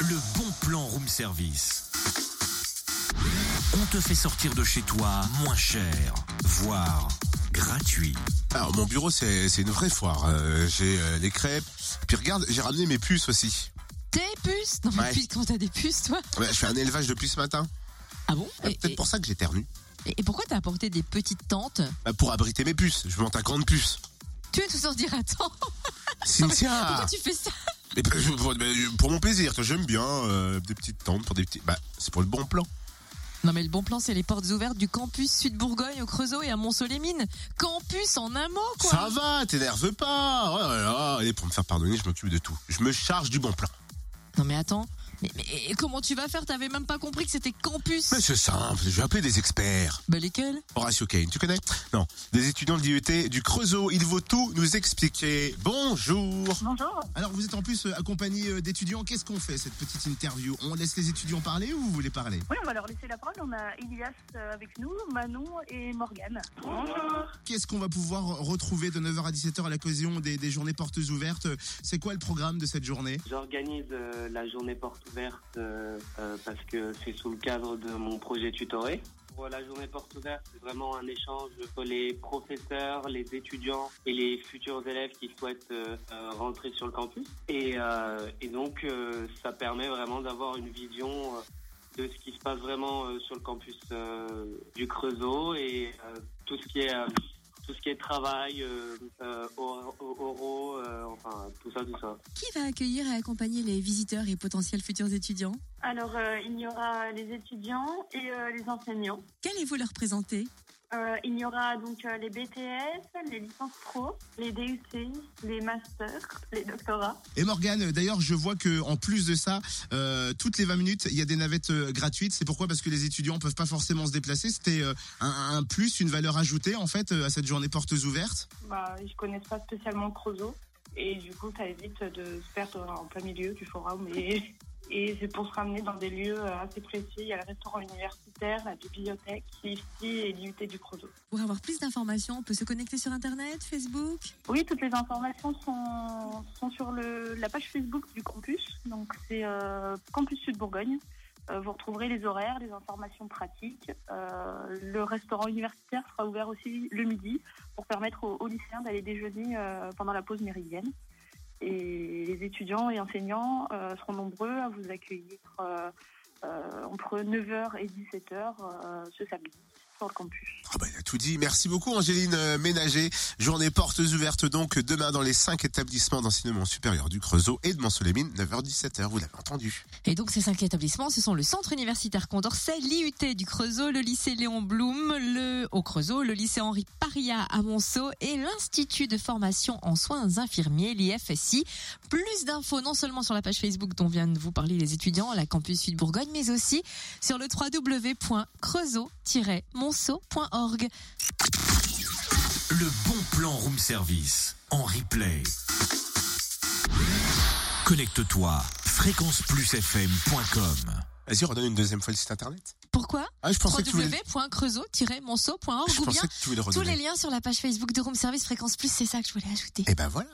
le bon plan room service. On te fait sortir de chez toi moins cher, voire gratuit. Alors Ah, mon bureau c'est c'est une vraie foire. Euh, j'ai euh, les crêpes. Puis regarde, j'ai ramené mes puces aussi. Tes puces Non, mais Ouais. puis quand t'as des puces, toi Ouais, je fais un élevage depuis ce matin. Ah bon Ah, et, Peut-être et- pour ça que j'éternue. et- et pourquoi t'as apporté des petites tentes Bah, pour abriter mes puces. Je monte un camp de puces. Tu vas nous en dire attends Pourquoi Cynthia tu fais ça Mais, bah, je- pour, bah, pour mon plaisir, toi, j'aime bien euh, des petites tentes pour des petits. Bah, c'est pour le bon plan. Non mais le bon plan c'est les portes ouvertes du campus Sud-Bourgogne au Creusot et à Mont-Solémine. Campus en un mot quoi Ça va, t'énerve pas. Oh là là, allez, pour me faire pardonner, je m'occupe de tout. Je me charge du bon plan. Non mais attends, mais, mais- et comment tu vas faire T'avais même pas compris que c'était campus Mais c'est simple, je vais appeler des experts. Bah lesquels Horacio Caine, tu connais Non. Des étudiants de l'IUT du Creusot, il vaut tout nous expliquer. Bonjour. Bonjour. Alors vous êtes en plus euh, accompagné euh, d'étudiants, qu'est-ce qu'on fait cette petite interview On laisse les étudiants parler ou vous voulez parler Oui, on va leur laisser la parole. On a Elias euh, avec nous, Manon et Morgane. Bonjour. Qu'est-ce qu'on va pouvoir retrouver de 9h à 17h à l'occasion des, des journées portes ouvertes C'est quoi le programme de cette journée J'organise euh, la journée porte ouverte euh, euh, parce que c'est sous le cadre de mon projet tutoré. Pour la journée porte ouverte, c'est vraiment un échange entre les professeurs, les étudiants et les futurs élèves qui souhaitent euh, euh, rentrer sur le campus. Et, euh, et donc, euh, ça permet vraiment d'avoir une vision euh, de ce qui se passe vraiment euh, sur le campus euh, du Creusot et euh, tout ce qui est euh, tout ce qui est travail, euh, euh, or- oraux, euh, enfin tout ça, tout ça. Qui va accueillir et accompagner les visiteurs et potentiels futurs étudiants Alors, euh, il y aura les étudiants et euh, les enseignants. Qu'allez-vous leur présenter Euh, il y aura donc euh, les BTS, les licences pro, les DUT, les masters, les doctorats. Et Morgane, d'ailleurs je vois que en plus de ça, euh, toutes les 20 minutes, il y a des navettes euh, gratuites. C'est pourquoi Parce que les étudiants peuvent pas forcément se déplacer. C'était euh, un, un plus, une valeur ajoutée en fait euh, à cette journée portes ouvertes. bah, ils connaissent pas spécialement Crozo. Et du coup, ça évite de se perdre en plein milieu du forum. Et, et c'est pour se ramener dans des lieux euh, assez précis. Il y a le restaurant universitaire, la bibliothèque, l'IFTI et l'IUT du Crozo. Pour avoir plus d'informations, on peut se connecter sur Internet, Facebook Oui, toutes les informations sont, sont sur le, la page Facebook du campus. Donc, c'est euh, Campus Sud Bourgogne. Euh, vous retrouverez les horaires, les informations pratiques. Euh, le restaurant universitaire sera ouvert aussi le midi pour permettre aux, aux lycéens d'aller déjeuner euh, pendant la pause méridienne. Et les étudiants et enseignants euh, seront nombreux à vous accueillir euh, euh, entre 9h et 17h euh, ce samedi sur le campus. Ah bah, il a tout dit. Merci beaucoup, Angéline euh, Ménager. Journée portes ouvertes donc demain dans les cinq établissements d'enseignement supérieur du Creusot et de Mont-Solémine, 9h-17h. Vous l'avez entendu. Et donc ces cinq établissements, ce sont le Centre universitaire Condorcet, l'IUT du Creusot, le lycée Léon Blum, le au Creusot, le lycée Henri Paria à Monceau et l'Institut de formation en soins infirmiers, l'IFSI. Plus d'infos non seulement sur la page Facebook dont viennent de vous parler les étudiants, la campus Sud Bourgogne, mais aussi sur le www.creusot-monceau.org. Le bon plan room service en replay. Connecte-toi fréquenceplusfm.com. Vas-y, redonne une deuxième fois le site internet. Pourquoi Ah, je pensais que tu voulais, www.creusot-monceau.org je ou bien pensais que tu voulais le tous les redonner. liens sur la page Facebook de Room Service Fréquence Plus, c'est ça que je voulais ajouter. Et ben voilà.